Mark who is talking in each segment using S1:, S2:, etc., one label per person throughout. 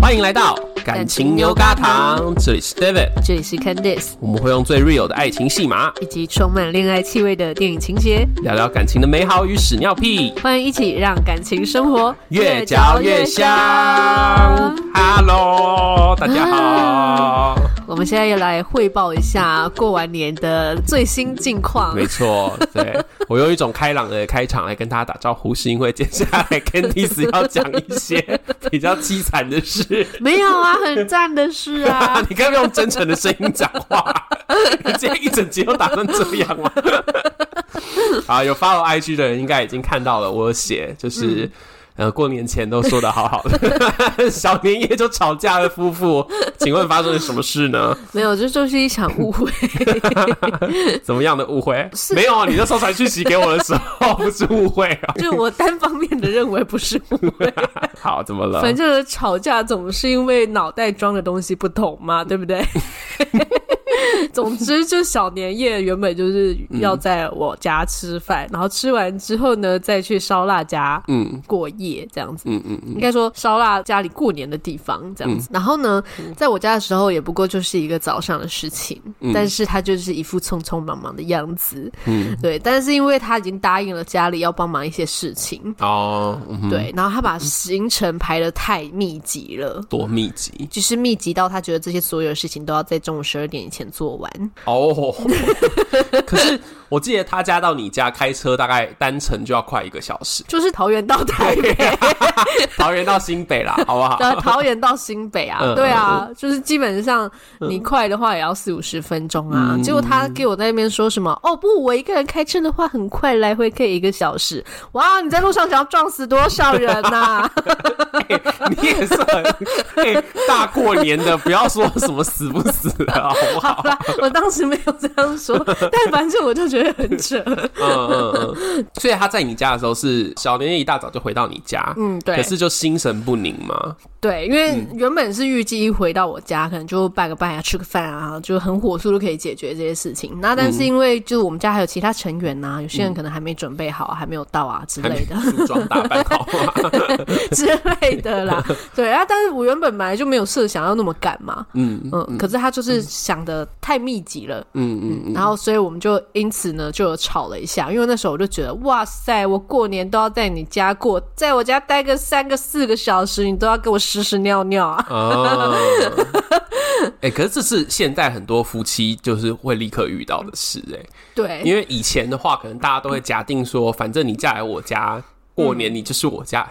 S1: 欢迎来到感情牛轧糖，这里是 David，
S2: 这里是 Candice，
S1: 我们会用最 real 的爱情戏码
S2: 以及充满恋爱气味的电影情节，
S1: 聊聊感情的美好与屎尿屁，
S2: 欢迎一起让感情生活
S1: 越嚼越香。Hello，大家好，
S2: 我们现在也来汇报一下过完年的最新近况。
S1: 没错，对我用一种开朗的开场来跟大家打招呼，是因为接下来 Candice 要讲一些比较凄惨的事。，
S2: 没有啊，很赞的事啊
S1: 你该不要用真诚的声音讲话？ 你今天一整集都打算这样吗？啊，有 follow IG 的人应该已经看到了，我有写
S2: 嗯
S1: 就是。呃，过年前都说的好好的， 小年夜就吵架的夫妇，请问发生了什么事呢？
S2: 没有，这就是一场误会。
S1: 怎么样的误会？没有啊，你那时候传讯息给我的时候不是误会啊。
S2: 就我单方面的认为不是误会，
S1: 好，怎么了？
S2: 反正吵架总是因为脑袋装的东西不同 嘛，对不对？ 总之，就小年夜原本就是要在我家吃饭，然后吃完之后呢，再去烧腊家
S1: 嗯
S2: 过夜这样子。
S1: 嗯嗯嗯，
S2: 应该说烧腊家里过年的地方这样子。然后呢，
S1: 嗯
S2: 在我家的时候也不过就是一个早上的事情，但是他就是一副匆匆忙忙的样子。
S1: 嗯，
S2: 对。但是因为他已经答应了家里要帮忙一些事情，
S1: 哦，嗯哼，
S2: 对，然后他把行程排的太密集了。
S1: 多密集
S2: 就是密集到他觉得这些所有的事情都要在中午十二点以前做完，
S1: 哦。 可是我记得他家到你家开车大概单程就要快一个小时，
S2: 就是桃园到台 北，
S1: 啊桃园到新北 啦，好不好？
S2: 对，啊桃园到新北啊，
S1: 嗯
S2: 对啊，就是基本上你快的话也要四五十分钟
S1: 嗯
S2: 啊。结果他给我在那边说什么？哦不，我一个人开车的话很快，来回可以一个小时。哇，你在路上想要撞死多少人啊呐、
S1: 你也是很、欸、大过年的，不要说什么死不死的，好不好？
S2: 好啦， 我当时没有这样说，但反正我就觉得 很扯。
S1: 嗯嗯嗯。所以他在你家的时候是小年夜一大早就回到你家，
S2: 嗯，对，
S1: 可是就心神不宁嘛。
S2: 对，因为原本是预计一回到我家，可能就拜个拜啊，吃个饭啊，就很火速就可以解决这些事情。那但是因为就是我们家还有其他成员啊呐、有些人可能还没准备好啊、还没有到啊之
S1: 还
S2: 类
S1: 没
S2: 的
S1: 梳妆打扮好吗？
S2: 之类的 啦。对啊，但是我原本本来就没有设想要那么赶嘛，
S1: 嗯
S2: 嗯，可是他就是想的太密集了。
S1: 嗯嗯嗯。
S2: 然后，所以我们就因此呢，就有吵了一下。因为那时候我就觉得，哇塞，我过年都要在你家过，在我家待个三个四个小时，你都要给我屎屎尿尿啊！
S1: 啊，哎、可是这是现在很多夫妻就是会立刻遇到的事哎、
S2: 对，
S1: 因为以前的话，可能大家都会假定说，反正你嫁来我家过年，你就是我家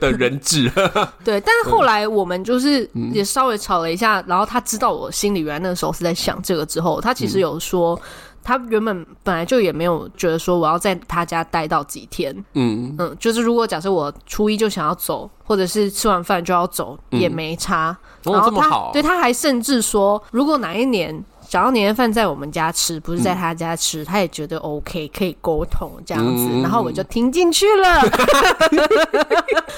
S1: 的人质。
S2: 对，但是后来我们就是
S1: 嗯
S2: 也稍微吵了一下，然后他知道我心里原来那个时候是在想这个之后，他
S1: 嗯
S2: 其实有说，他原本本来就也没有觉得说我要在他家待到几天，
S1: 嗯
S2: 嗯，就是如果假设我初一就想要走，或者是吃完饭就要走，也没差。
S1: 嗯哦
S2: 然后
S1: 这么
S2: 他
S1: 好
S2: 对，他还甚至说，如果哪一年。想要年夜饭在我们家吃，不是
S1: 嗯
S2: 在他家吃，他也觉得 OK，可以沟通这样子，
S1: 嗯
S2: 然后我就听进去了。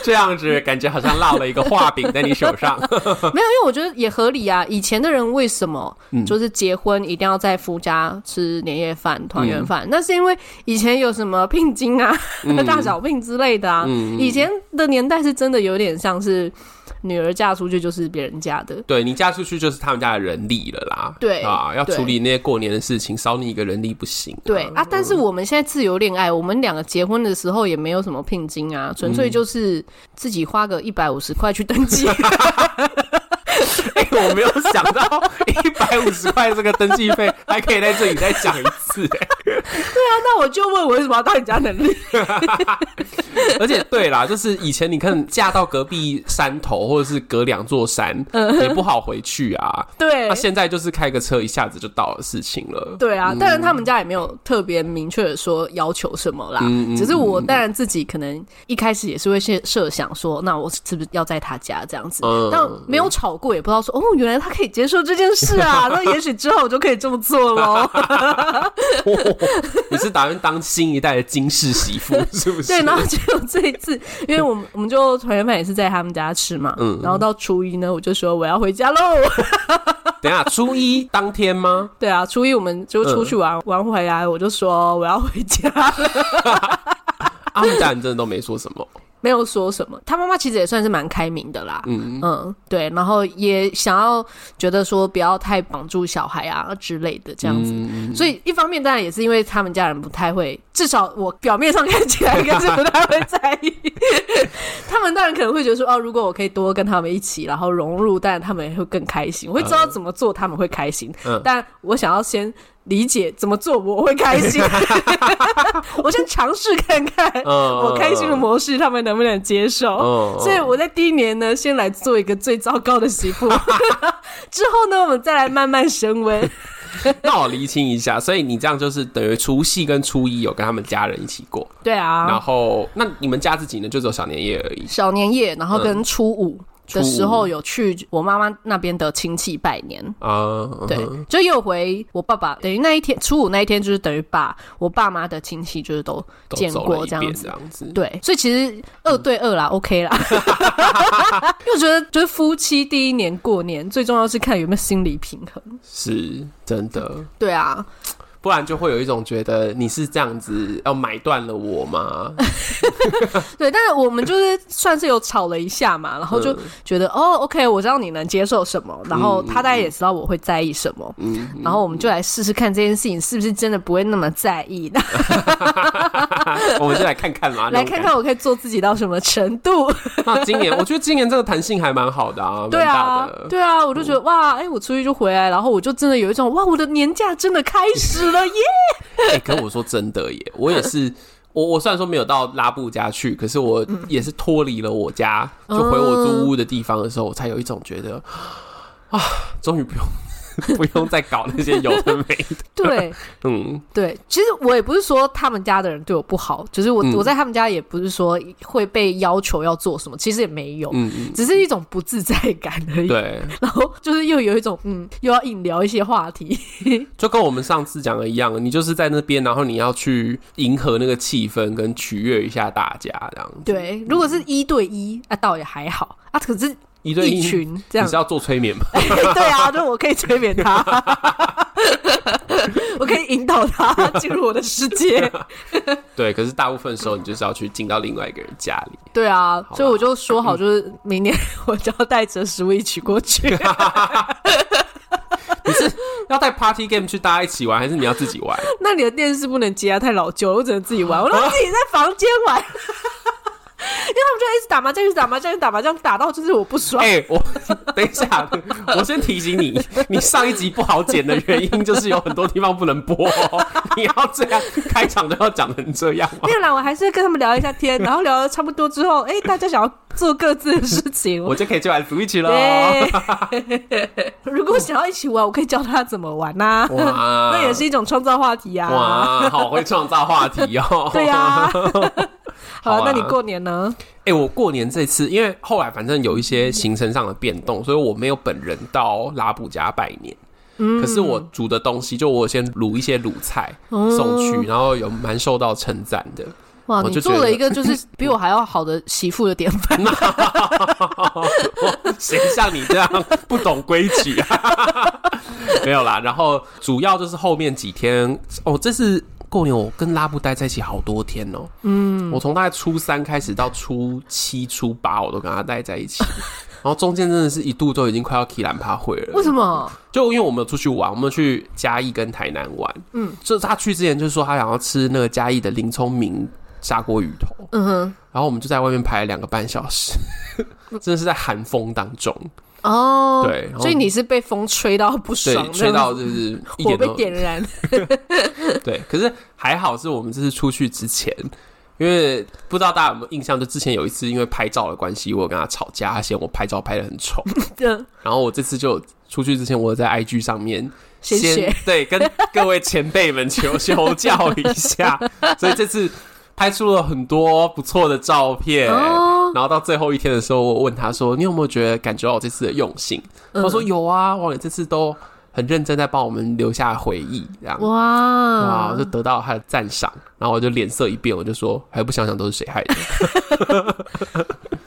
S1: 这样子感觉好像落了一个画饼在你手 上。
S2: 没有，因为我觉得也合理啊。以前的人为什么
S1: 嗯
S2: 就是结婚一定要在夫家吃年夜饭、团圆
S1: 嗯
S2: 饭？那是因为以前有什么聘金啊、 大小聘之类的啊。
S1: 嗯
S2: 以前的年代是真的有点像是女儿嫁出去就是别人家的。
S1: 对你嫁出去就是他们家的人力了啦。
S2: 对
S1: 啊，要
S2: 对
S1: 处理那些过年的事情，少你一个人力不 行、
S2: 对，啊，但是我们现在自由恋爱，我们两个结婚的时候也没有什么聘
S1: 嗯
S2: 金啊，纯粹就是自己花个一百五十块去登记。
S1: 哎、我没有想到一百五十块这个登记费还可以在这里再讲一次、 哎。
S2: 那我就问我为什么要到你家能 力？
S1: 而且对啦，就是以前你看嫁到隔壁山头，或者是隔两座山，也不好回去啊。
S2: 嗯对
S1: 那、，现在就是开个车一下子就到了事情了。
S2: 对啊，当然他们家也没有特别明确的说要求什么啦，
S1: 嗯嗯
S2: 只是我当然自己可能一开始也是会设设想说，那我是不是要在他家这样子？
S1: 嗯
S2: 但没有吵过，也不知道说哦，原来他可以接受这件事 啊，那也许之后我就可以这么做 喽。
S1: 哦你是打算当新一代的金氏媳妇是 不是？
S2: 对，然后就有这一次，因为我们我们就团圆饭也是在他们家吃嘛，
S1: 嗯
S2: 然后到初一呢，我就说我要回家喽。
S1: 等一下初一当天吗？
S2: 对啊，初一我们就出去
S1: 嗯
S2: 玩，玩回来我就说我要回家了，
S1: 啊他们家人真的都没说什么。
S2: 没有说什么。他妈妈其实也算是蛮开明的啦，
S1: 嗯，
S2: 嗯，对，然后也想要觉得说不要太绑住小孩啊之类的这样
S1: 嗯
S2: 子。所以一方面当然也是因为他们家人不太会，至少我表面上看起来应该是不太会在意。 他们当然可能会觉得说，哦，如果我可以多跟他们一起，然后融入，但他们也会更开心。我会知道怎么做他们会开心，
S1: 嗯
S2: 但我想要先理解怎么做我会开心， 我先尝试看看
S1: 嗯
S2: 我开心的模式，他们能不能接受。
S1: 嗯
S2: 所以我在第一年呢，先来做一个最糟糕的媳 妇，之后呢，我们再来慢慢升温。
S1: 那我厘清一下，所以你这样就是等于除夕跟初一有跟他们家人一起过，
S2: 对啊，
S1: 然后那你们家自己呢就只有小年夜而已。
S2: 小年夜，然后跟初五
S1: 嗯
S2: 的时
S1: 初五
S2: 候有去我妈妈那边的亲戚拜年。
S1: 啊，
S2: 对，就又回我爸爸，等于那一天初五那一天，就是等于把我爸妈的亲戚就是都
S1: 都
S2: 见
S1: 走了
S2: 过
S1: 一
S2: 这
S1: 遍
S2: 样子
S1: 这。样子。
S2: 对，所以其实二对二啦、o k 啦。 因为我觉得，就是夫妻第一年过年，最重要是看有没有心理平衡。
S1: 是真的，
S2: 对啊，
S1: 不然就会有一种觉得你是这样子要买断了我 吗？
S2: 对，但是我们就是算是有吵了一下嘛，然后就觉得、哦，OK，我知道你能接受什么，然后他大概也知道我会在意什么，然后我们就来试试看这件事情是不是真的不会那么在意，
S1: 我们就来看看嘛，
S2: 来看看我可以做自己到什么程度。
S1: 那种感觉。那今年我觉得今年这个弹性还蛮好的啊，
S2: 对
S1: 蛮大
S2: 啊
S1: 的，。
S2: 对啊，我就觉得哇，哎、我出去就回来，然后我就真的有一种哇，我的年假真的开始了耶！
S1: 哎、可我说真的耶，我也是，我我虽然说没有到拉布家去，可是我
S2: 嗯
S1: 也是脱离了我家，就回我租屋的地方的时候，我才有一种觉得啊，终于不用不用 再搞那些有的没的，
S2: 对
S1: 嗯，
S2: 对，其实我也不是说他们家的人对我不好，就是
S1: 嗯
S2: 我、我在他们家也不是说会被要求要做什么，其实也没有，
S1: 嗯嗯
S2: 只是一种不自在感而已。
S1: 对，
S2: 然后就是又有一种嗯，又要硬聊一些话题，
S1: 就跟我们上次讲的一样，你就是在那边，然后你要去迎合那个气氛，跟取悦一下大家这样子。，
S2: 对，如果是一对一啊，倒也还好啊，可是
S1: 一对
S2: 一群这样
S1: 你是要做催眠吗？
S2: 对啊，就我可以催眠他， 我可以引导他进入我的世 界。
S1: 对，可是大部分时候你就是要去进到另外一个人家里。
S2: 对啊，
S1: 吧嗯
S2: 所以我就说好，就是明年我就要带着 Switch 过去。
S1: 要带 party game 去大家一起玩，还是你要自己玩？
S2: 那你的电视不能接啊，太老旧了，我只能自己 玩，我让自己在房间玩。因为他们就一直打麻将，一直打麻将，一直打麻将，打到就是我不 爽。
S1: 哎、我等一下，我先提醒你，你上一集不好剪的原因就是有很多地方不能播哦、你要这样开场都要讲成这样哦吗
S2: 没？有啦，我还是跟他们聊一下天，
S1: 哎
S2: 然后聊的差不多之后，哎、大家想要做各自的事 情，
S1: 我就可以去玩 Switch 了。哦
S2: 对，如果想要一起玩，我可以教他怎么玩呐、
S1: 哇
S2: 那也是一种创造话题啊。
S1: 哇，好会创造话题哦！
S2: 对 啊呀好啊
S1: 好啊
S2: 那你过年呢？
S1: 哎、我过年这次，因为后来反正有一些行程上的变动，所以我没有本人到拉布家拜年。
S2: 嗯
S1: 可是我煮的东西，就我先卤一些卤菜
S2: 哦
S1: 送去，然后有蛮受到称赞的。
S2: 哇，
S1: 我
S2: 你
S1: 就觉
S2: 做
S1: 得
S2: 了一个就是比我还要好的媳妇的典范。
S1: 谁像你这样不懂规矩 啊？没有啦，然后主要就是后面几天哦，这是过年我跟拉布待在一起好多天哦。嗯，我从大概初三开始到初七、初八，我都跟他待在一起。 然后中间真的是一度都已经快要起兰趴会了，
S2: 为什么？
S1: 就因为我们有出去玩，我们去嘉义跟台南玩，嗯，就是他去之前就说他想要吃那个嘉义的林聪明砂锅鱼头，
S2: 嗯哼，
S1: 然后我们就在外面排了两个半小时，真的是在寒风当中，
S2: 哦，
S1: 对
S2: 所以你是被风吹到不
S1: 对
S2: 爽，，
S1: 吹到
S2: 这样子
S1: 就是 一
S2: 火
S1: 点
S2: 被
S1: 都
S2: 点燃，
S1: 对，可是还好是我们这次出去之前，因为不知道大家有没有印象，就之前有一次因为拍照的关系，我有跟他吵架，他嫌我拍照拍的很丑，
S2: 嗯
S1: 然后我这次就有出去之前，我有在 IG 上面
S2: 先学
S1: 对跟各位前辈们 求求教一下，所以这次。拍出了很多不错的照片
S2: 哦
S1: 然后到最后一天的时候，我问他说：“你有没有觉得感觉到我这次的用心？”
S2: 嗯
S1: 他说：“有啊，哇，你这次都很认真在帮我们留下回忆。”这样 哇，
S2: 哇
S1: 我就，得到他的赞赏，然后我就脸色一变，我就说还不想想都是谁害的。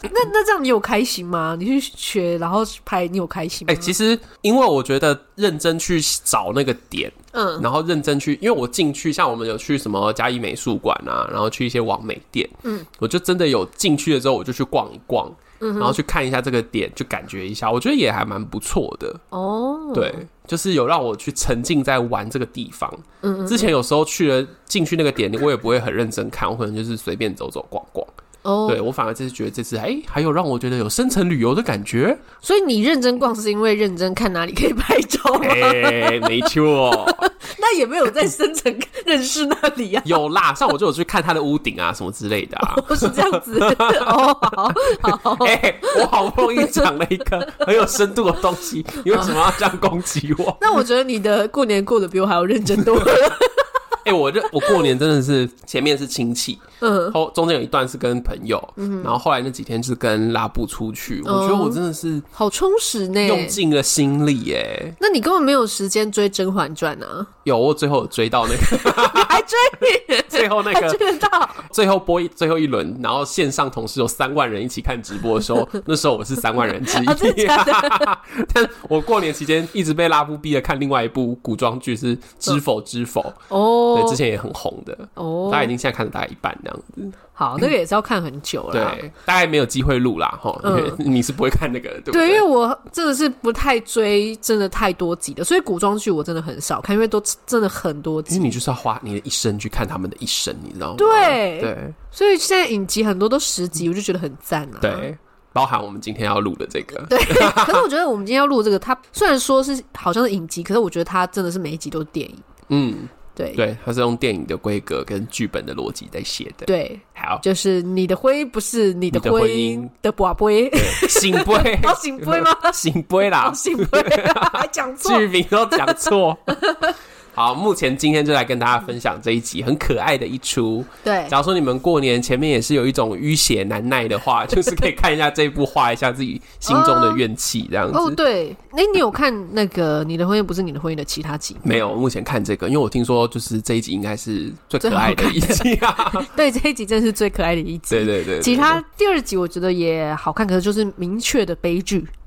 S2: 那那这样你有开心吗？你去学然后拍，你有开心吗？
S1: 哎、其实因为我觉得认真去找那个点，
S2: 嗯
S1: 然后认真去，因为我进去，像我们有去什么嘉义美术馆啊，然后去一些网美店，嗯，我就真的有进去了之后，我就去逛一逛，然后去看一下这个点，就感觉一下，我觉得也还蛮不错的。
S2: 哦，
S1: 对，就是有让我去沉浸在玩这个地方。嗯之前有时候去了进去那个点，我也不会很认真看，我可能就是随便走走逛逛。
S2: 哦，
S1: 对我反而这次觉得这次哎、还有让我觉得有深层旅游的感觉。
S2: 所以你认真逛是因为认真看哪里可以拍照 吗？
S1: 哎，没错，
S2: 那也没有在深层认识那里 啊。
S1: 有啦，像我就有去看他的屋顶啊什么之类的啊。
S2: 不是这样子 哦，好 好，
S1: 哎、我好不容易讲了一个很有深度的东西， 你为什么要这样攻击我？
S2: 那我觉得你的过年过得比我还要认真多 了。
S1: 哎、我这我过年真的是前面是亲戚，
S2: 嗯，
S1: 后中间有一段是跟朋友，然后后来那几天是跟拉布出去。我觉得我真的是
S2: 好充实呢。
S1: 用尽了心力哎、
S2: 那你根本没有时间追《甄嬛传》 啊，
S1: 有我最后有追到那个，
S2: 你还 追，
S1: 最后那
S2: 还
S1: 个
S2: 追得到？
S1: 最后播一最后一轮，然后线上同事有三万人一起看直播的时 候，那时候我是三万人之一。
S2: 哦真的假
S1: 但我过年期间一直被拉布逼着看另外一部古装剧，是《知否知否》对，
S2: 哦
S1: 之，前也很红的，
S2: 哦
S1: 大家已经现在看了大概一半这样子。
S2: 好，那个也是要看很久了。
S1: 对，大概没有机会录啦，哈，因为你是不会看那个的，对不
S2: 嗯对，因
S1: 对
S2: 为？我真的是不太追，真的太多集的，所以古装剧我真的很少看，因为都真的很多
S1: 因为
S2: 集。
S1: 你就是要花你的一生去看他们的一生，你知道吗？
S2: 对
S1: 对
S2: 所以现在影集很多都十集，我就觉得很赞啊。
S1: 对，包含我们今天要录的这个，
S2: 对，可是我觉得我们今天要录这个，它虽然说是好像是影集，可是我觉得它真的是每一集都是电影。
S1: 嗯，
S2: 对
S1: 对，它是用电影的规格跟剧本的逻辑在写的。，
S2: 对
S1: 好，
S2: 就是你的婚姻不是你的
S1: 你的婚
S2: 婚
S1: 姻
S2: 姻的寡杯，，
S1: 醒杯
S2: 哦醒杯吗
S1: 醒杯啦
S2: 好，幸福，还讲错。
S1: 剧名都讲 错。好，目前今天就来跟大家分享这一集很可爱的一出。
S2: 对
S1: 假如说你们过年前面也是有一种淤血难耐的话，就是可以看一下这一部，画一下自己心中的怨气，这样子。
S2: 哦，对，哎，你有看那个《你的婚姻不是你的婚姻》的其他集吗？
S1: 没有，目前看这个，因为我听说就是这一集应该是最可爱的一集 啊。
S2: 对，这一集真是最可爱的一集。
S1: 对对对对
S2: 其他第二集我觉得也好看，可是就是明确的悲剧
S1: 啊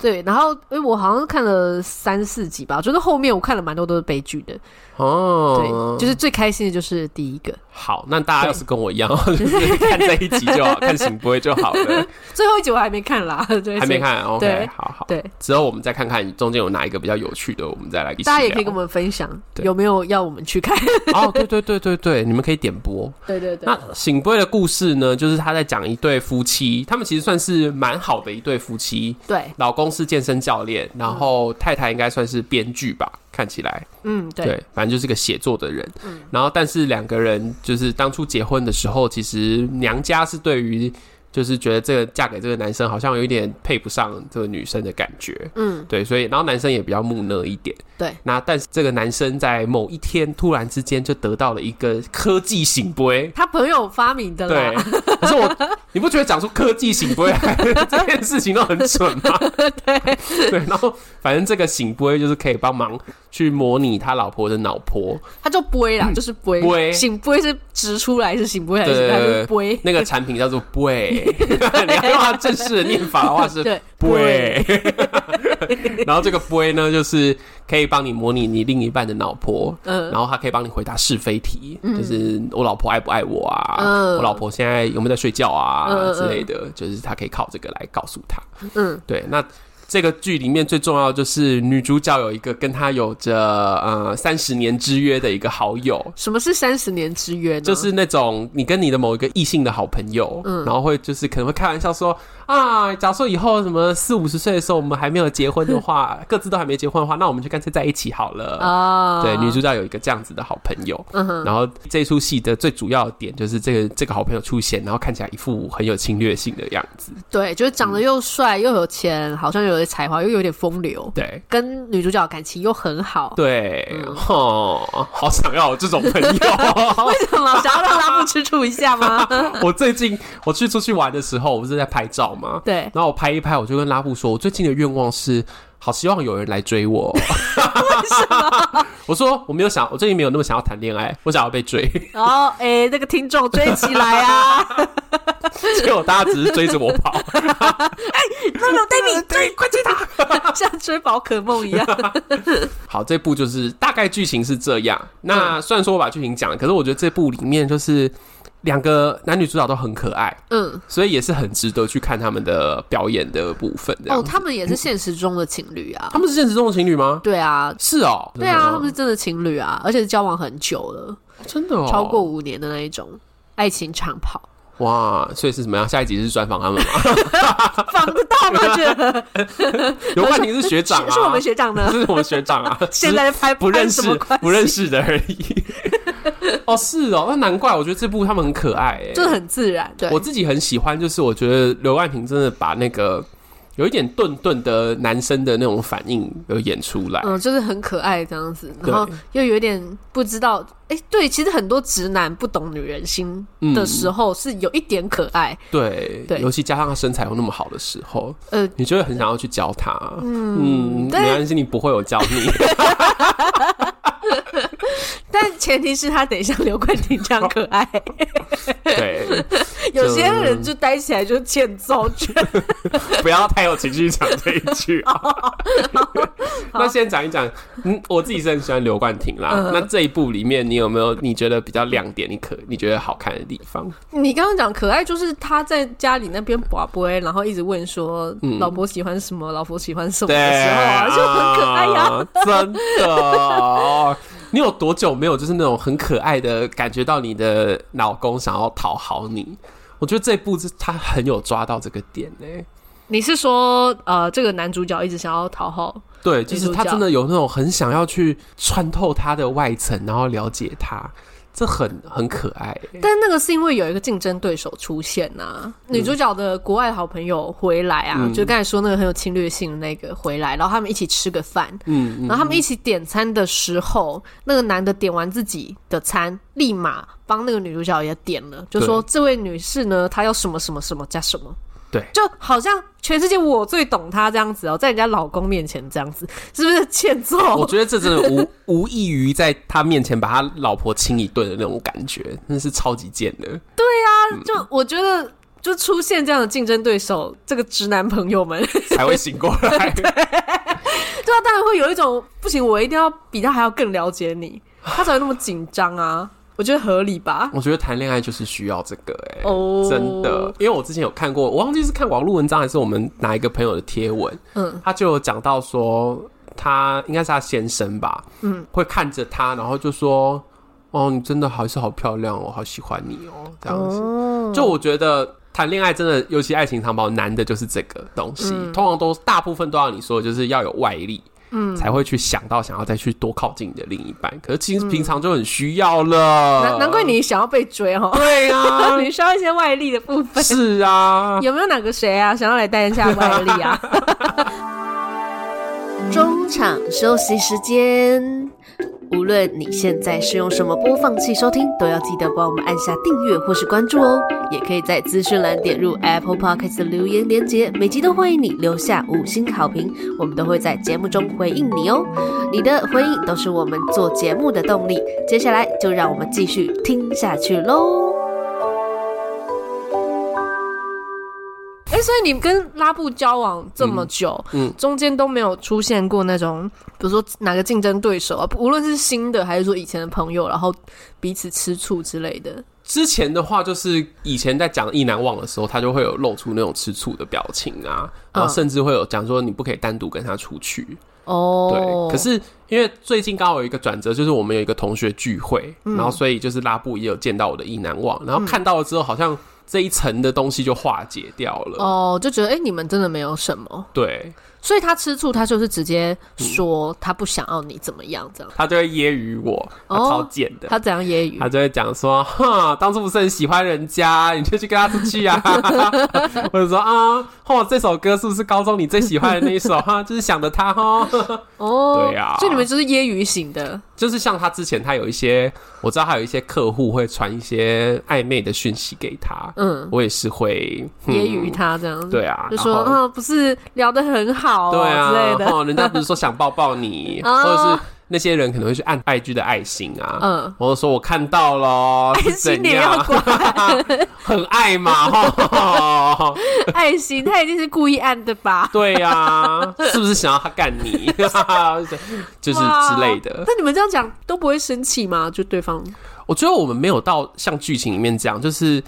S2: 对，然后因为我好像看了三四集吧，我觉得后面我看了蛮多都是悲剧的。
S1: 哦
S2: 对，，就是最开心的就是第一个，
S1: 好，那大家要是跟我一样， 就是看这一集就好，看醒不会就好 了，
S2: 最后一集我还没看啦， 对，
S1: 还没
S2: 所以。
S1: 看，OK，
S2: 对
S1: 好好，
S2: 对，
S1: 之后我们再看看中间有哪一个比较有趣的，我们再来一起聊。
S2: 大家也可以跟我们分享
S1: 对
S2: 有没有要我们去看。
S1: 哦，对对对对对，你们可以点播。
S2: 对对对，
S1: 那醒不会的故事呢，就是他在讲一对夫妻，他们其实算是蛮好的一对夫妻，
S2: 对，
S1: 老公是健身教练，然后太太应该算是编剧吧，看起来。
S2: 嗯对，
S1: 对，反正就是个写作的人。然后但是两个人就是当初结婚的时候，其实娘家是对于就是觉得这个嫁给这个男生好像有一点配不上这个女生的感觉。
S2: 嗯
S1: 对，所以然后男生也比较木讷一点。
S2: 对，
S1: 那但是这个男生在某一天突然之间就得到了一个科技醒杯。
S2: 他朋友发明的
S1: 对
S2: 啦，，
S1: 可是 我，你不觉得讲出科技醒杯 这件事情都很蠢吗？对，对，然后反正这个醒杯就是可以帮忙去模拟他老婆的脑波，
S2: 他就杯啦，就是
S1: 杯
S2: 杯，醒杯是直出来是醒杯
S1: 嗯
S2: 还
S1: 对
S2: 是
S1: 对
S2: 还
S1: 对对
S2: 是杯，？
S1: 那个产品 叫做杯， 你要用它正式的念法的话是
S2: 对
S1: 杯， 然后这个杯呢，就是可以帮你模拟你另一半的脑波，
S2: 嗯
S1: 然后它可以帮你回答是非题，就是我老婆爱不爱我啊，
S2: 嗯
S1: 我老婆现在有没有在睡觉啊
S2: 嗯嗯嗯
S1: 之类的，就是他可以靠这个来告诉他。
S2: 嗯，
S1: 对，那这个剧里面最重要的就是女主角有一个跟她有着呃三十年之约的一个好友，
S2: 什么是三十年之约呢？
S1: 就是那种你跟你的某一个异性的好朋友，然后会就是可能会开玩笑说啊，假如说以后什么四五十岁的时候我们还没有结婚的话，各自都还没结婚的话，那我们就干脆在一起好了。
S2: 啊，
S1: 对，女主角有一个这样子的好朋友，然后这一出戏的最主要的点就是这个这个好朋友出现，然后看起来一副很有侵略性的样子。
S2: 对，就是
S1: 嗯
S2: 长得又帅又有钱，好像又有点才华，又有点风流，
S1: 对，
S2: 跟女主角感情又很好。
S1: 对，哦，好想要有这种朋友。
S2: 为什么想要让他不吃醋一下吗？
S1: 我最近我去出去玩的时候，我不是在拍照吗？
S2: 对，
S1: 然后我拍一拍，我就跟拉布说，我最近的愿望是，好希望有人来追我。 我说我没有想，我最近没有那么想要谈恋爱，我想要被 追。
S2: 然后哎，那个听众追起来啊！
S1: 结果大家只是追着我跑。
S2: 哎那有 David 追，快追他，像追宝可梦一样。
S1: 好，这部就是大概剧情是这样。
S2: 嗯
S1: 那虽然说我把剧情讲了，可是我觉得这部里面就是两个男女主角都很可爱，
S2: 嗯，
S1: 所以也是很值得去看他们的表演的部分。这样
S2: 哦，他们也是现实中的情侣啊
S1: 他。们是现实中的情侣吗？
S2: 对啊，
S1: 是哦，
S2: 对啊，他们是真的情侣啊，而且是交往很久了，
S1: 真的哦，
S2: 超过五年的那一种爱情长跑。
S1: 哇，所以是怎么样？下一集是专访他们 吗？
S2: 访得到
S1: 啊
S2: 吗？这个
S1: 刘冠廷是学长啊，，
S2: 是是我们学长呢
S1: 是我们学长啊，
S2: 现在拍
S1: 不认
S2: 拍什么
S1: 识
S2: 关系
S1: 不认识的而已。 哦，是哦，那难怪我觉得这部他们很可爱哎、
S2: 就是很自然。对，
S1: 我自己很喜欢，就是我觉得刘冠廷真的把那个有一点顿顿的男生的那种反应有演出来。
S2: 嗯，就是很可爱这样子，
S1: 对
S2: 然后又有点不知道，哎、对，其实很多直男不懂女人心
S1: 嗯
S2: 的时候是有一点可爱，
S1: 对，
S2: 对
S1: 尤其加上他身材又那么好的时候，
S2: 呃，
S1: 你就会很想要去教他。嗯，没
S2: 但
S1: 关系，你不会有教 你。
S2: 但前提是他得像刘冠廷这样可 爱。
S1: 对，
S2: 有些人就待起来就欠揍，就
S1: 不要太有情绪讲这一句 啊。那先讲一讲，嗯，我自己是很喜欢刘冠廷啦。
S2: 嗯
S1: 那这一部里面，你有没有你觉得比较亮点？你可你觉得好看的地方？
S2: 你刚刚讲可爱，就是他在家里那边宝贝，然后一直问说、老婆喜欢什么，老婆喜欢什么
S1: 嗯对，
S2: 的时候啊，就很可爱呀、
S1: 啊真的。你有多久没有就是那种很可爱的感觉到你的老公想要讨好你？我觉得这部是他很有抓到这个点欸呢、
S2: 你是说呃，这个男主角一直想要讨好
S1: 对，就是他
S2: 女主角
S1: 真的有那种很想要去穿透他的外层，然后了解他，这很很可爱欸、
S2: 但那个是因为有一个竞争对手出现呐、女主角的国外好朋友回来啊，
S1: 嗯
S2: 就刚才说那个很有侵略性的那个回来，然后他们一起吃个饭，
S1: 嗯嗯，
S2: 然后他们一起点餐的时候，那个男的点完自己的餐，立马帮那个女主角也点了，就说这位女士呢，她要什么什么什么加什么，
S1: 对
S2: 就好像全世界我最懂她这样子哦，在人家老公面前这样子，是不是欠揍？
S1: 我觉得这真的无 无异于在他面前把他老婆亲一顿的那种感觉，真的是超级贱的。
S2: 就我觉得。就出现这样的竞争对手，这个直男朋友们
S1: 才会醒过来。
S2: 对啊，当然会有一种不行，我一定要比他还要更了解你，他才会那么紧张啊。我觉得合理吧。
S1: 我觉得谈恋爱就是需要这个、欸，哎、
S2: 哦
S1: 真的，因为我之前有看过，我忘记是看网络文章还是我们哪一个朋友的贴文，
S2: 嗯，
S1: 他就有讲到说，他应该是他先生吧，嗯，会看着他，然后就说，哦，你真的还是好漂亮哦，好喜欢你哦，这样子，就我觉得。谈恋爱真的，尤其爱情长跑，难的就是这个东西。
S2: 嗯
S1: 通常都大部分都要你说，就是要有外力，嗯，才会去想到想要再去多靠近你的另一半。可是其实平常就很需要了，
S2: 嗯难难怪你想要被追哦，，
S1: 对啊
S2: 你需要一些外力的部 分。
S1: 是啊，
S2: 有没有哪个谁啊，想要来带一下外力 啊？
S3: 中场休息时间。无论你现在是用什么播放器收听，都要记得帮我们按下订阅或是关注哦。也可以在资讯栏点入 Apple Podcast 的留言连接，每集都欢迎你留下五星好评，我们都会在节目中回应你哦。你的回应都是我们做节目的动力。接下来就让我们继续听下去喽。
S2: 哎、所以你跟拉布交往这么久，
S1: 嗯
S2: 嗯，
S1: 嗯
S2: 中间都没有出现过那种，比如说哪个竞争对手啊，无论是新的还是说以前的朋友，然后彼此吃醋之类的，
S1: 之前的话，就是以前在讲意难忘的时候，他就会有露出那种吃醋的表情
S2: 嗯
S1: 啊，然后甚至会有讲说你不可以单独跟他出去。
S2: 哦
S1: 对，，可是因为最近刚好有一个转折，就是我们有一个同学聚会，
S2: 嗯
S1: 然后所以就是拉布也有见到我的意难忘，然后看到了之后，好像这一层的东西就化解掉了。
S2: 哦，就觉得哎、诶你们真的没有什么，
S1: 对
S2: 所以他吃醋，他就是直接说他不想要你怎么样，这样
S1: 他就会揶揄我，他
S2: 哦
S1: 超贱的。
S2: 他怎样揶揄？
S1: 他就会讲说，哼，当初不是很喜欢人家，你就去跟他出去 啊，或者说啊，哦，这首歌是不是高中你最喜欢的那一首？ 哈， 就是想着他哦，
S2: 哦，
S1: 对啊
S2: 所以你们就是揶揄型的
S1: 就是像他之前，他有一些我知道，他有一些客户会传一些暧昧的讯息给他，
S2: 嗯
S1: 我也是会
S2: 揶揄、他这样子，
S1: 对啊
S2: 就说
S1: 嗯然后
S2: 嗯，不是聊得很好、
S1: 嗯
S2: 哦、
S1: 对
S2: 之类
S1: 啊，
S2: 的，
S1: 哦，人家不是说想抱抱 你，或
S2: 哦
S1: 者是那些人可能会去按 IG 的爱心啊，
S2: 嗯
S1: 我就说我看到咯，
S2: 爱
S1: 是
S2: 心
S1: 怎
S2: 也要
S1: 样，很爱嘛，哈，
S2: 爱心他一定是故意按的吧？
S1: 对呀、是不是想要他干 你， 就是之类的。
S2: 那你们这样讲都不会生气吗？就对方
S1: 我觉得我们没有到像剧情里面这样，就是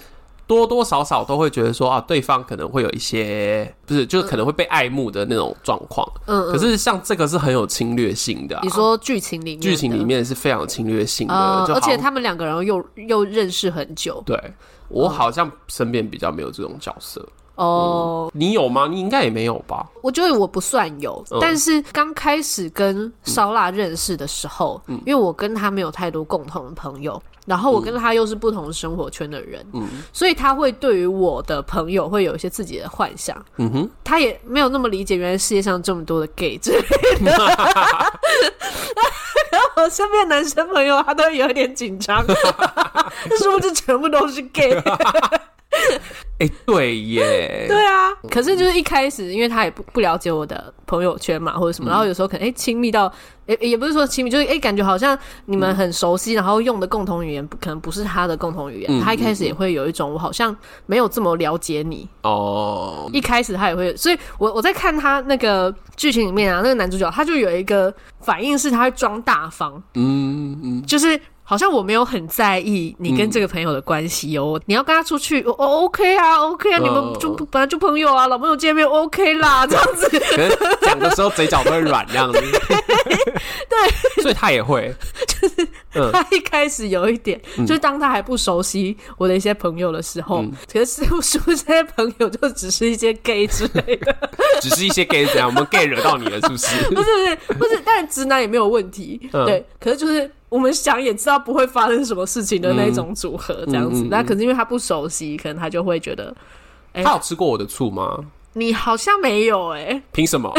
S1: 多多少少都会觉得说啊，对方可能会有一些不是，就是可能会被爱慕的那种状况。
S2: 嗯嗯
S1: 可是像这个是很有侵略性的啊、
S2: 你说剧情里面的，
S1: 剧情里面是非常有侵略性的，
S2: 呃，
S1: 就
S2: 而
S1: 好像
S2: 且他们两个人又又认识很久
S1: 对我好像身边比较没有这种角色，嗯
S2: 哦。
S1: 你有吗？你应该也没有吧？
S2: 我觉得我不算有，
S1: 嗯
S2: 但是刚开始跟烧腊认识的时候，
S1: 嗯
S2: 因为我跟他没有太多共同的朋友，然后我跟他又是不同生活圈的人，
S1: 嗯
S2: 所以他会对于我的朋友会有一些自己的幻想，
S1: 嗯哼，
S2: 他也没有那么理解原来世界上这么多的 gay 之类的。 然后我身边的男生朋友他都有一点紧张， 殊不知全部都是 gay。
S1: 哎、对耶，
S2: 对啊，可是就是一开始，因为他也不不了解我的朋友圈嘛，或者什
S1: 嗯
S2: 么，然后有时候可能哎亲、密到，也、也不是说亲密，就是哎、感觉好像你们很熟悉，然后用的共同语言不可能不是他的共同语言，
S1: 嗯
S2: 他一开始也会有一种我好像没有这么了解你，
S1: 哦，
S2: 一开始他也会，所以我我在看他那个剧情里面啊，那个男主角他就有一个反应是他会装大方，
S1: 嗯嗯，
S2: 就是好像我没有很在意你跟这个朋友的关系哦，你要跟他出去哦哦，OK 啊，OK 啊，
S1: 嗯
S2: 你们就本来就朋友啊，老朋友见面 OK 啦，这样子，
S1: 可能讲的时候嘴角都会软这样子。对，所以他也会，嗯
S2: 他一开始有一点，就是当他还不熟悉我的一些朋友的时候，
S1: 嗯
S2: 可是我说这些朋友就只是一些 gay 之类 的，
S1: 只是一些 gay 怎样，我们 gay 惹到你了，是不
S2: 不
S1: 是？
S2: 是不是不是，但是直男也没有问题，
S1: 嗯
S2: 对，可是就是我们想也知道不会发生什么事情的那种组合这样
S1: 嗯
S2: 子，
S1: 嗯嗯
S2: 那可是因为他不熟悉，可能他就会觉得
S1: 哎他有吃过我的醋吗？
S2: 你好像没有哎、
S1: 凭什么？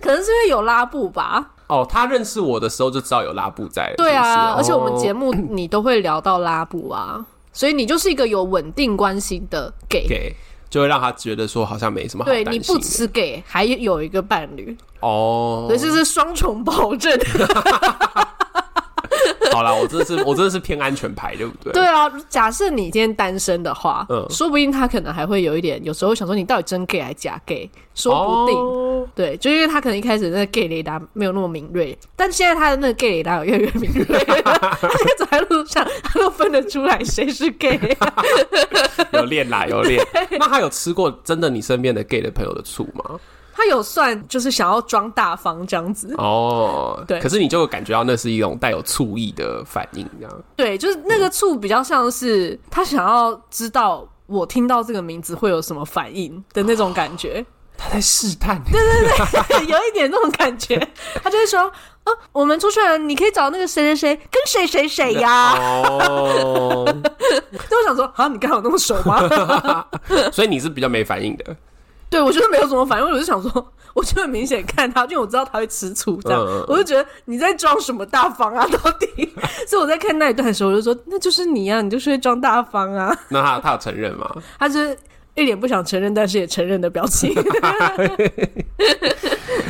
S2: 可能是因为有拉布吧。
S1: 哦，他认识我的时候就知道有拉布在了，
S2: 对啊，而
S1: 是哦
S2: 且我们
S1: 不是
S2: 节目你都会聊到拉布啊，所以你就是一个有稳定关系的 gay。
S1: 哦 gay 就会让他觉得说好像没什么好
S2: 对，
S1: 担
S2: 你
S1: 心
S2: 不
S1: 的
S2: 只 gay，还有一个伴侣，
S1: 哦
S2: 所以，这是双重 保证。
S1: 好啦，我真的是我真的是偏安全牌，对不对？
S2: 对啊，假设你今天单身的话，
S1: 嗯
S2: 说不定他可能还会有一点，有时候想说你到底真 gay 还是假 gay，说不定。
S1: 哦
S2: 对，就因为他可能一开始那个 gay 雷达没有那么敏锐，但现在他的那个 gay 雷达有越来越敏锐， 他现在走在路上，他都分得出来谁是 gay。
S1: 有练啦，有练。那他有吃过真的你身边的 gay 的朋友的醋吗？
S2: 他有算就是想要装大方这样子，
S1: 哦，
S2: 对
S1: 可是你就感觉到那是一种带有醋意的反应，这样。
S2: 对，就是那个醋比较像是他想要知道我听到这个名字会有什么反应的那种感觉。
S1: 他在试探。
S2: 有一点那种感觉，他就会说：“哦，我们出去了，你可以找那个谁谁谁跟谁谁谁呀。
S1: 哦，”
S2: 就我想说：“啊，你跟我那么熟吗
S1: 所以你是比较没反应的。？”
S2: 对，我就是没有什么反应，我就想说，我就很明显看他，因为我知道他会吃醋，这样，
S1: 嗯嗯嗯
S2: 我就觉得你在装什么大方啊，到 底？所以我在看那一段的时候，我就说：“那就是你啊，你就是会装大方啊。
S1: 那他他有承认吗？”
S2: 他就是一脸不想承认，但是 也承认的表情。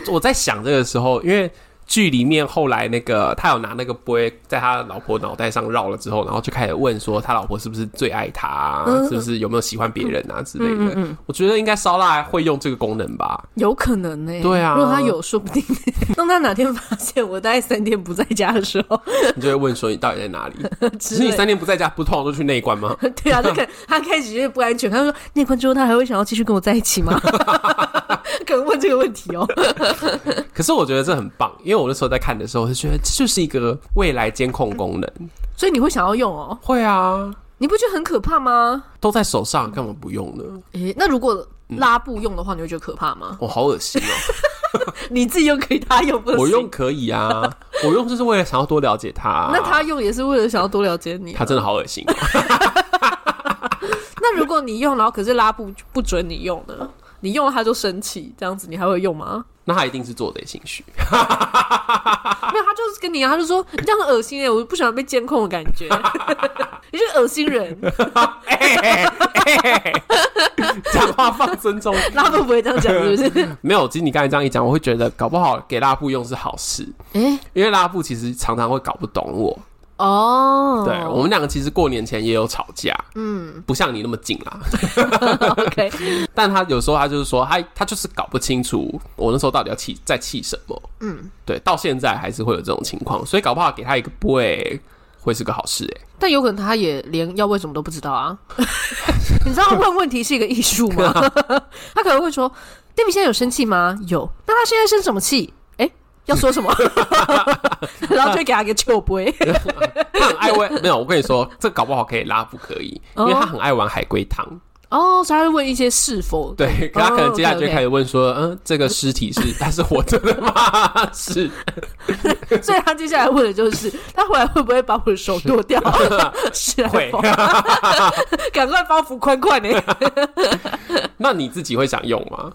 S1: 我在想这个时候，因为。剧里面后来那个他有拿那个杯在他老婆脑袋上绕了之后，然后就开始问说他老婆是不是最爱他、啊，
S2: 嗯
S1: 是不是有没有喜欢别人啊之类的。我觉得应该烧腊会用这个功能 吧。
S2: 有可能呢、
S1: 对啊
S2: 如果他有，说不 定。当他哪天发现我大概三天不在家的时候，
S1: 你就会问说你到底在哪里？只
S2: 之
S1: 是你
S2: 类
S1: 三天不在家，不通常都去内关吗？
S2: 对 啊，他可他开始有点不安全。他说：“那关之后，他还会想要继续跟我在一 起吗？” 可能问这个问题哦。
S1: 可是我觉得这很棒，因为我那时候在看的时候，我就觉得这就是一个未来监控功能。
S2: 所以你会想要用哦？
S1: 会啊，
S2: 你不觉得很可怕吗？
S1: 都在手上，干嘛不用呢？
S2: 诶、那如果
S1: 嗯
S2: 拉布用的话，你会觉得可怕吗？
S1: 我好恶心 哦！
S2: 你自己用可以，他用不行。
S1: 我用可以啊，我用就是为了想要多了解他、 啊
S2: 那他用也是为了想要多了解你啊、
S1: 他真的好恶心、哦，
S2: 那如果你用，然后可是拉布不准你用呢？你用了他就生气，这样子你还会 用吗？
S1: 那他一定是做贼心虚。
S2: 没有，他就是跟你啊，他就说你这样很恶心哎、我不喜欢被监控的感觉， 你是恶心人。
S1: 哎哎哎 讲话放尊 重，
S2: 拉布不会这样讲，是 不是？
S1: 没有。其实你刚才这样一讲，我会觉得搞不好给拉布用是好事，
S2: 哎、
S1: 因为拉布其实常常会搞不懂我。
S2: 哦，
S1: 对我们两个其实过年前也有吵架，嗯，不像你那么近啦。
S2: OK，
S1: 但他有时候他就是说，他他就是搞不清楚我那时候到底要气在气什么。嗯，对，到现在还是会有这种情况，所以搞不好给他一个 boy 会是个好事哎、
S2: 但有可能他也连要问什么都不知 道啊。你知道问问题是一个艺术吗？
S1: 啊
S2: 他可能会说：“对比现在有生气吗？有。那他现在生什么气？哎、要说 什么？”然后就给他一个球杯。
S1: 他很爱 问，没有，我跟你说，这搞不好可以拉不可以，因为他
S2: 哦
S1: 很爱玩海龟汤。
S2: 哦，所以他会问一些是否
S1: 对，可他可能接下来就会
S2: 哦 OK，OK
S1: 开始问说，嗯，这个尸体是 它是活着的吗？是，
S2: 所以他接下来问的就是，他回来会不会把我的手剁 掉？是啊
S1: 会
S2: 赶快包袱宽宽 呢。
S1: 那你自己会想用吗？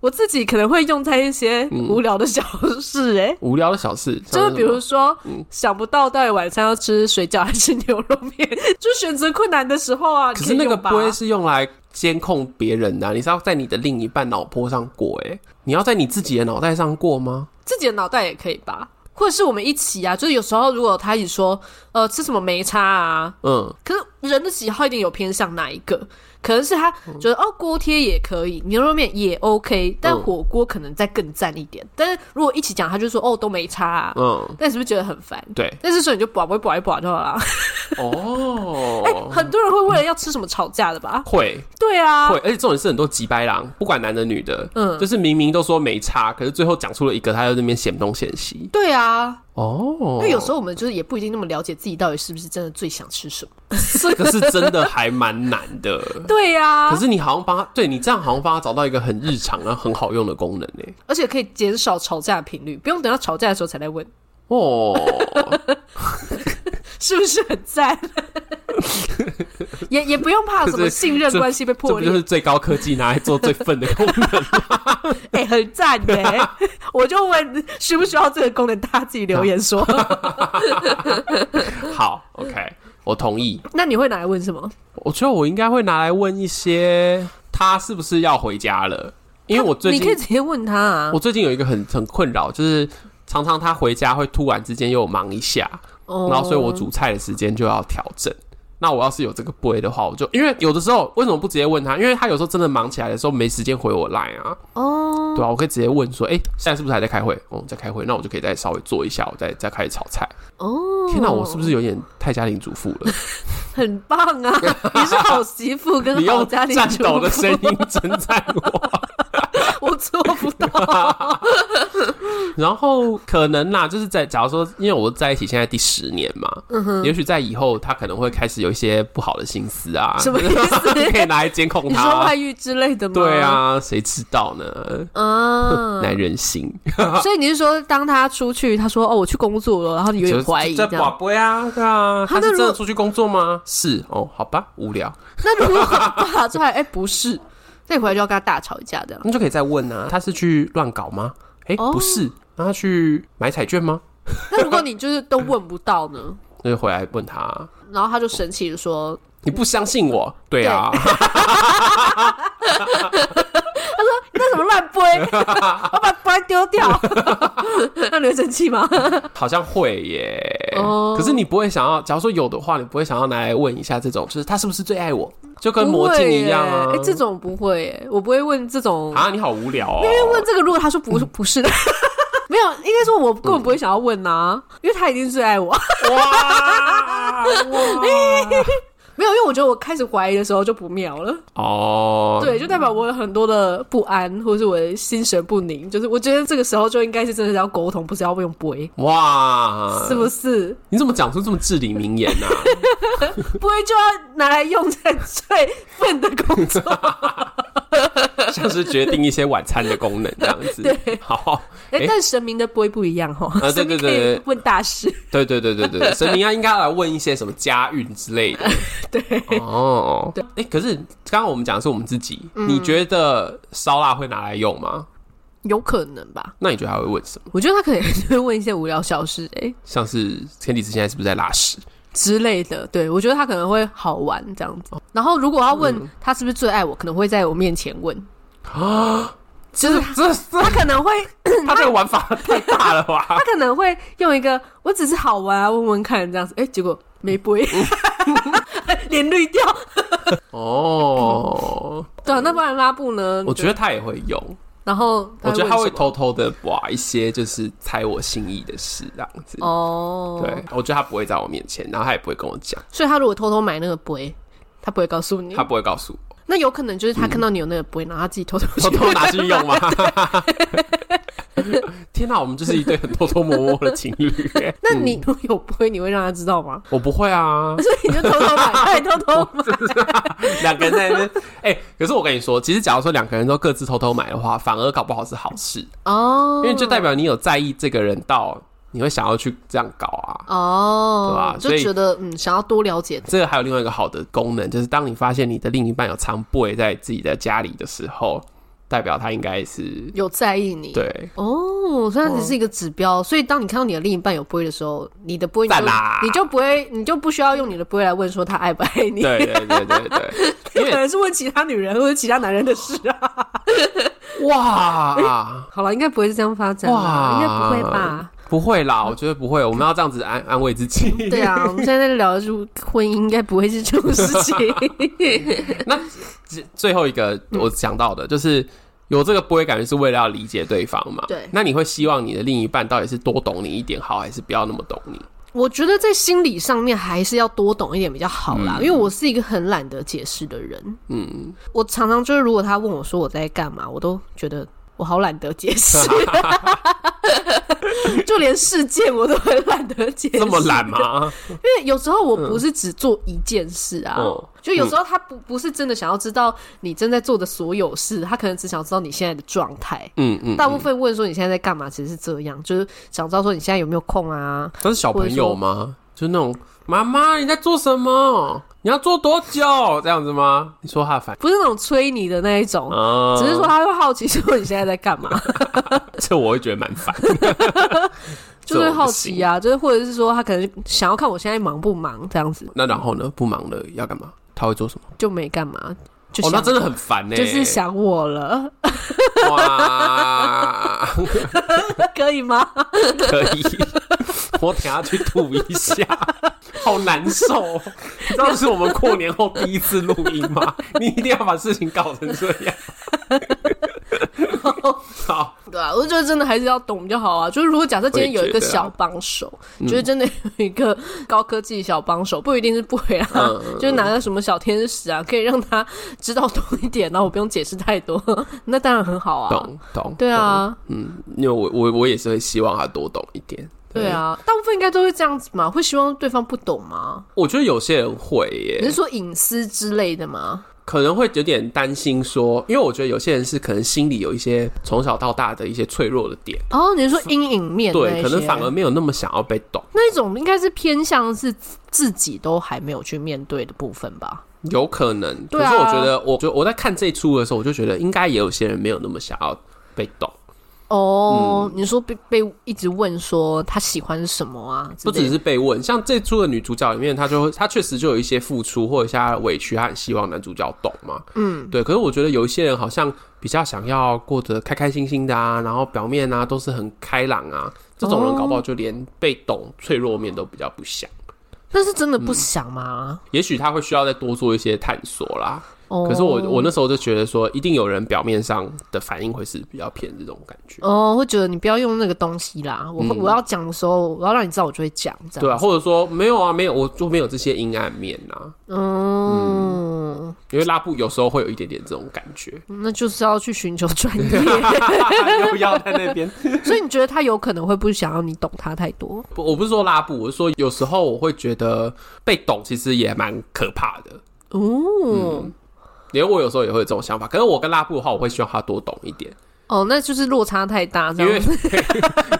S2: 我自己可能会用在一些无聊的小事、欸，哎、
S1: 无聊的小事，像
S2: 就是比如
S1: 什嗯
S2: 说，想不到到底晚上要吃水饺还是牛肉面， 就选择困难的时候啊。
S1: 么，可是那个
S2: 不
S1: 不会是用来监控别人的啊、你是要在你的另一半脑波上过、欸，你要在你自己的脑袋上过吗？
S2: 自己的脑袋也可以吧，或者是我们一起啊。就是有时候如果他一直说，呃，吃什么没差啊，
S1: 嗯，
S2: 可是人的喜好一定有偏向哪一个？可能是他觉得、哦，锅贴也可以，牛肉面也 OK，但
S1: 嗯
S2: 火锅可能再更赞一点。但是如果一起讲，他就说哦都没差、啊，
S1: 嗯，
S2: 但是不是觉得很烦？
S1: 对，
S2: 但是所以你就把不把一把就好了啊。
S1: 哦，
S2: 哎、 很多人会为了要吃什么吵架的吧？
S1: 会
S2: 对啊，
S1: 会，而且重点是很多急白狼，不管男的女的，嗯，就是明明都说没差，可是最后讲出了一个，他在那边嫌东嫌西。
S2: 对啊，
S1: 哦，
S2: 因为有 时候我们就是也不一定那么了解自己到底是不是真的最想吃什么。
S1: 这个是真的还蛮难的。
S2: 对啊，
S1: 可是你好像帮他，对你这样好像帮他找到一个很日常然后很好用的功能欸呢。
S2: 而且可以减少吵架的频率，不用等到吵架的时候才来问，
S1: 哦，
S2: 是不是很赞？ 也也不用怕什么信任关系被
S1: 这
S2: 破
S1: 不就
S2: 裂
S1: 是，最高科技拿来做最 笨的功能？
S2: 哎、很赞的、 我就问需不需要这个功能，大家自己留言说。
S1: 好，OK，我同意。
S2: 那你会拿来问什么？
S1: 我觉得我应该会拿来问一些他是不是要回家了，因为我最
S2: 你
S1: 近
S2: 可以直接问他啊
S1: 我。最近有一个很很困扰，就是常常他回家会突然之间又忙一下，
S2: 哦
S1: 然后所以我煮菜的时间就要调整。那我要是有这个 boy 的话，我就因为有的时候为什么不直接问他？因为他有时候真的忙起来的时候没时间回我 line 啊，
S2: 哦，
S1: 对啊，我可以直接问说，哎、现在是不是还在开会？哦，在开会，那我就可以再稍微做一下，我再再开始炒菜。
S2: 哦，
S1: 天哪、我是不是有点太家庭主妇了？
S2: 很棒 啊？你是好媳妇跟
S1: 你
S2: 好
S1: 用
S2: 家
S1: 颤
S2: 庭主
S1: 抖的
S2: 妇
S1: 声音称赞我。
S2: 我做不到。
S1: 然后可能啦，就是在假如说，因为我在一起现在第十年嘛，
S2: 嗯
S1: 也许在以后他可能会开始有一些不好的心思啊，
S2: 什么意 思
S1: 可以拿来监控
S2: 你说
S1: 他
S2: 外。遇之类的吗？
S1: 对，啊，谁知道呢？
S2: 啊，
S1: 难人心，
S2: 所以你是说，当他出去，他说：“哦，我去工作了。”然后你有点怀疑
S1: 在
S2: 这
S1: 宝
S2: 样。
S1: 贝啊，对啊，他
S2: 那
S1: 是真
S2: 如
S1: 的
S2: 果
S1: 出去工作吗？是哦，好吧，无聊，
S2: 那如果爸出来，哎，不是， 那你回来就要跟他大吵一架这样。
S1: 那就可以再问啊，他是去乱搞吗？哎，
S2: 哦
S1: 不是，那他去买彩券吗？
S2: 那如果你就是都问不到呢，
S1: 那就回来问他，啊
S2: 然后他就生气的说
S1: 你不相信我？对啊，
S2: 那什么乱杯，我把杯丢掉。那样留整器吗？
S1: 好像会耶。
S2: 哦
S1: 可是你不会想要，假如说有的话，你不会想要拿来问一下这种，就是他是不是最爱我，就跟魔镜一样啊
S2: 不。会耶哎，这种不会耶，我不会问这种
S1: 啊，你嗯好无聊哦。
S2: 因为问这个，如果他说不是不是的， 没有，应该说我根本不会想要问啊，因为他一定最爱我。
S1: 哇哇
S2: 没有，因为我觉得我开始怀疑的时候就不妙了，
S1: 哦，
S2: 对，就代表我有很多的不安，或是我的心神不宁，就是我觉得这个时候就应该是真的是要沟通，不是要用杯，
S1: 哇，
S2: 是不 是？
S1: 你怎么讲出这么至理名言啊呢、
S2: 不会就要拿来用在最笨的 工作，
S1: 像是决定一些晚餐的功能这样 子。对，好，哎、
S2: 哎，但神明的杯不一样哈，
S1: 啊对
S2: 神
S1: 对对
S2: 明可以
S1: 对
S2: 问大师，
S1: 对对对对对，神明啊应该来问一些什么家运之类 的。对，哦，对，哎、可是刚刚我们讲的是我们自己，
S2: 嗯
S1: 你觉得烧腊会拿来用吗？
S2: 有可能吧？
S1: 那你觉得他会问什么？
S2: 我觉得他可能就会问一些无聊小事，哎，
S1: 像是天地之现在是不是在拉屎？
S2: 之类的，对我觉得他可能会好玩这样子。然后如果要问
S1: 嗯
S2: 他是不是最爱我，可能会在我面前 问，
S1: 这
S2: 啊
S1: 这这，
S2: 他可能会，
S1: 他这个玩法太大了 吧
S2: 他？可能会用一个我只是好玩啊，问问看这样子，哎、结果没杯，
S1: 嗯
S2: 脸绿掉。
S1: 哦，
S2: 对啊，那不然拉布呢？
S1: 我觉得他也会用，
S2: 然后
S1: 我觉得他会
S2: 问什么
S1: 偷偷的把一些就是猜我心意的事这样子。
S2: 哦，
S1: 对，，我觉得他不会在我面前，然后他也不会跟我讲，
S2: 所以他如果偷偷买那个杯。他不会告诉你
S1: 他，不会告诉我，
S2: 那有可能就是他看到你有那个杯，然后他自己偷偷
S1: 偷偷拿
S2: 拿
S1: 去用吗？ 天哪、我们就是一对很偷偷摸摸的情侣耶。
S2: 那你如果有杯，你会让他知道吗？
S1: 我不会啊，
S2: 所以你就偷偷买，他也偷 偷买。
S1: 两个人在那边，哎、可是我跟你说，其实假如说两个人都各自偷偷买的话，反而搞不好是好事，
S2: 哦
S1: 因为就代表你有在意这个人到你会想要去这样搞啊。
S2: 哦，
S1: 对吧所
S2: 就
S1: 以
S2: 觉得嗯，想要多了解。
S1: 这个还有另外一个好的功能，就是当你发现你的另一半有藏 boy 在自己的家里的时候，代表他应该是
S2: 有在意你，
S1: 对
S2: 哦，所以它只是一个指标。所以当你看到你的另一半有 boy 的时候，你的 boy 你
S1: 赞
S2: 就
S1: 啦
S2: 你就不会，你就不需要用你的 boy 来问说他爱不爱你，
S1: 对对对对对，因为
S2: 可能是问其他女人或者其他男人的事啊。
S1: 哇
S2: 好了，应该不会是这样发展啦，
S1: 哇，
S2: 应该不会吧？？
S1: 不会
S2: 嗯
S1: 啦，我觉得不会。我们要这样子安安慰自己。
S2: 对啊，我们现在在聊的是婚姻，应该不会是这种事情。
S1: 那最 最后一个
S2: 嗯
S1: 我想到的就是。有这个不会感觉是为了要理解对方嘛？
S2: 对
S1: 那你会希望你的另一半到底是多懂你一点好，还是不要那么懂你？
S2: 我觉得在心理上面还是要多懂一点比较好啦，
S1: 嗯
S2: 因为我是一个很懒得解释的人。嗯，我常常就是如果他问我说我在干嘛，我都觉得我好懒得 解释，就连事件我都很懒得解释。
S1: 这么懒？吗？
S2: 因为有时候我不是只做一件事啊，
S1: 嗯哦
S2: 就有时候他不不是真的想要知道你正在做的所有事，他可能只想知道你现在的状态。
S1: 嗯嗯，
S2: 大部分问说你现在在干嘛，其实是这样，就是想知道说你现在有没有空啊，
S1: 他是小朋友吗？就那种妈妈你在做什么？你要做多久？这样子吗？你说他的反
S2: 不是那种催你的那一种，
S1: 啊，
S2: 只是说他会好奇说你现在在干 嘛，
S1: 这我会觉得蛮烦，
S2: 就是会好奇啊，就是或者是说他可能想要看我现在忙不忙这样子，
S1: 那然后呢？不忙了要干嘛？他会做什么？
S2: 就没干嘛，就
S1: 哦，
S2: 想、
S1: 那真的很烦呢、
S2: 就是想我了，
S1: 哇，
S2: 可以吗？
S1: 可以， 我等下去吐一下，好难受哦、你知道这是我们过年后第一次录音吗？你一定要把事情搞成这样。好，
S2: 对啊，我觉得真的还是要懂就好啊。就是如果假设今天有一
S1: 我也
S2: 个
S1: 觉得啊
S2: 小帮手，就是真的有一个高科技小帮手，不一定是不会啊，就是拿个什么小天使啊，可以让他知道多一点，然后我不用解释太多， 那当然很好啊。
S1: 懂懂，
S2: 对啊，
S1: 懂，因为我我我也是会希望他多懂一点。
S2: 对，啊，大部分应该都会这样子嘛，会希望对方不懂吗？
S1: 我觉得有些人会
S2: 你
S1: 耶
S2: 是，说隐私之类的吗？
S1: 可能会有点担心说，因为我觉得有些人是可能心里有一些从小到大的一些脆弱的点，
S2: 哦，你是说阴影面那
S1: 对，
S2: 一
S1: 可能
S2: 些
S1: 反而没有那么想要被懂。
S2: 那种应该是偏向是自己都还没有去面对的部分吧。
S1: 有可能，
S2: 对啊
S1: 可是我觉得，我觉得我在看这一出的时候，我就觉得应该也有些人没有那么想要被懂，嗯
S2: 哦，你说被被一直问说他喜欢什么啊？
S1: 不只
S2: 是
S1: 是被问，像这出的女主角里面，她就她确实就有一些付出或者一些委屈，她很希望男主角懂嘛。嗯，对。可是我觉得有一些人好像比较想要过得开开心心的啊，然后表面啊都是很开朗啊，这种人搞不好就连被懂脆弱面都比较不想。
S2: 那是真的不想吗？
S1: 也许他会需要再多做一些探索啦。
S2: 哦，
S1: 可是我我那时候就觉得说，一定有人表面上的反应会是比较偏这种感觉。
S2: 哦，会觉得你不要用那个东西啦。我、会我要讲的时候，我要让你知道，我就会讲这样。
S1: 嗯对啊，，或者说没有啊，没有，我就没有这些阴暗面啊。
S2: 嗯，
S1: 因为拉布有时候会有一点点这种感觉，
S2: 那就是要去寻求专业。
S1: 又要在那边。
S2: 所以你觉得他有可能会不想要你懂他太多？
S1: 不，我不是说拉布，我是说有时候我会觉得被懂其实也蛮可怕的。
S2: 哦、
S1: 嗯连我有时候也会有这种想法，可是我跟拉布的话，我会希望他多懂一点，
S2: 哦，那就是落差太大，这
S1: 因为
S2: 样子。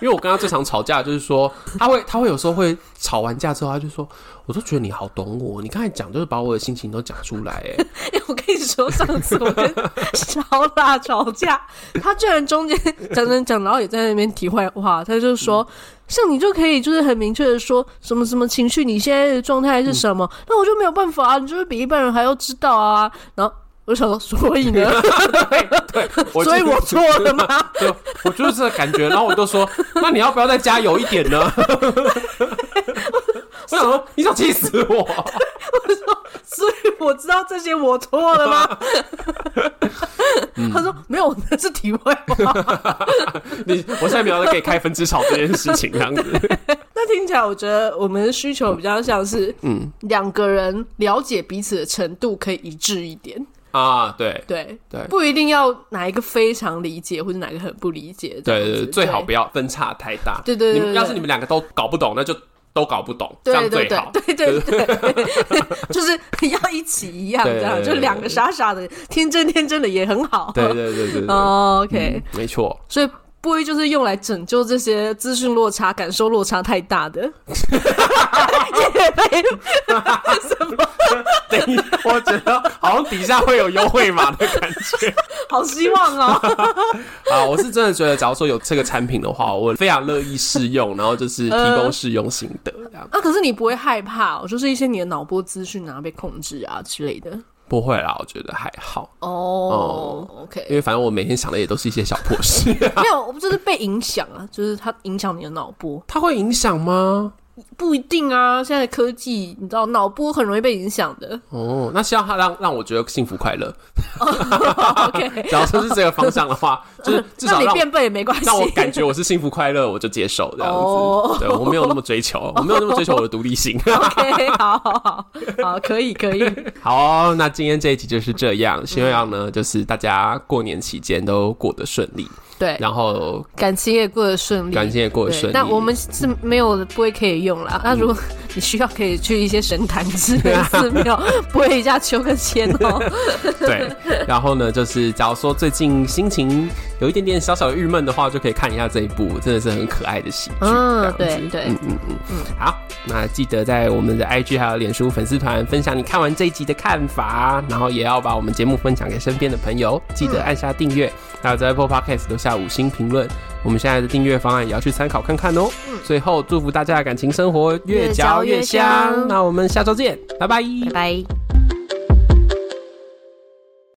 S1: 因为我跟他最常吵架，就是说他会他会有时候会吵完架之后，他就说，我都觉得你好懂我，你刚才讲就是把我的心情都讲出来，哎，
S2: 我跟你说，上次我跟小拉吵架，他居然中间讲讲讲，然后也在那边提坏话，他就说。
S1: 嗯
S2: 像你就可以就是很明确的说什么什么情绪，你现在的状态是什么？
S1: 嗯
S2: 那我就没有办法啊，你就是比一般人还要知道啊。然后我就想说，所以呢，
S1: 我
S2: 所以
S1: 就
S2: 我错了吗？
S1: 对，我就是这个感觉。然后我就说，那你要不要再加油一点呢？ 我想说，你想气死我！
S2: 所以我知道这些我错了吗？
S1: 嗯
S2: 他说没有，那是题外 话。
S1: 你我现在没有在可以开分支吵这件事情，这样子。
S2: 那听起来，我觉得我们的需求比较像是，嗯，两个人了解彼此的程度可以一致一点，
S1: 啊，对
S2: 对
S1: 对
S2: 不一定要哪一个非常理解或者哪个很不理解，这样
S1: 对
S2: 子
S1: 对，对最好不要分差太大。
S2: 对对对
S1: 你
S2: 对
S1: 们要是你们两个都搞不懂，那就都搞不懂，这
S2: 对
S1: 样
S2: 对
S1: 最
S2: 对
S1: 好。
S2: 对对对， 就是要一起一样，
S1: 对对
S2: 这样
S1: 对
S2: 就
S1: 对
S2: 两个傻傻的，天真天真的也很好。
S1: 对对对对对，
S2: 哦
S1: 嗯
S2: ，OK，
S1: 没错。
S2: 所以不一就是用来拯救这些资讯落差、感受落差太大的。
S1: 等一下，我觉得好像底下会有优惠码的感觉。
S2: 好希望哦，
S1: 啊，我是真的觉得，假如说有这个产品的话，我非常乐意试用，然后就是提
S2: 嗯
S1: 供试用心得这样。
S2: 啊，可是你不会害怕、哦，就是一些你的脑波资讯啊被控制啊之类的。
S1: 不会啦，我觉得还好，
S2: 哦、o
S1: 因
S2: k
S1: 为反正我每天想的也都是一些小破事。
S2: 没有，就是被影响啊，就是它影响你的脑波，
S1: 它会影响吗？
S2: 不一定啊。现在的科技，你知道，脑波很容易被影响 的。
S1: 哦，那希望它让让我觉得幸福快 乐。
S2: OK，
S1: 假如说是这个方向的 话，就是至
S2: 那
S1: 少
S2: 你
S1: 让我
S2: 变笨也没关 系。
S1: 让我感觉我是幸福快乐，我就接受这样
S2: 哦
S1: 子。对我没有那么追求，我没有那么追求我的独立 性。
S2: OK，好好好好，可以 可以。
S1: 好哦、那今天这一集就是这样，希望
S2: 嗯
S1: 呢就是大家过年期间都过得顺利，
S2: 对，
S1: 然后
S2: 感情也过得顺利，
S1: 感情也过得顺
S2: 对，
S1: 利。
S2: 那我们是没有不会可以用
S1: 嗯
S2: 啦。那如果 你需要，可以去一些神坛 之类的寺庙跪一下求个签哦。
S1: 对，然后呢，就是假如说最近心情有一点点小小的郁闷的话，就可以看一下这一部，真的是很可爱的喜剧。这
S2: 嗯
S1: 样，子
S2: 对对
S1: 嗯，嗯嗯嗯，好，那记得在我们的 IG 还有脸书粉丝团分享你看完这一集的看法，然后也要把我们节目分享给身边的朋友，记得按下订阅，还有在 Apple Podcast 留下五星评论。我们现在的订阅方案也要去参考看看哦。最后，祝福大家的感情生活越
S3: 越
S1: 嚼
S3: 嚼
S1: 越
S3: 越
S1: 香。
S3: 香
S1: 那我们下周见，拜拜
S3: 拜拜。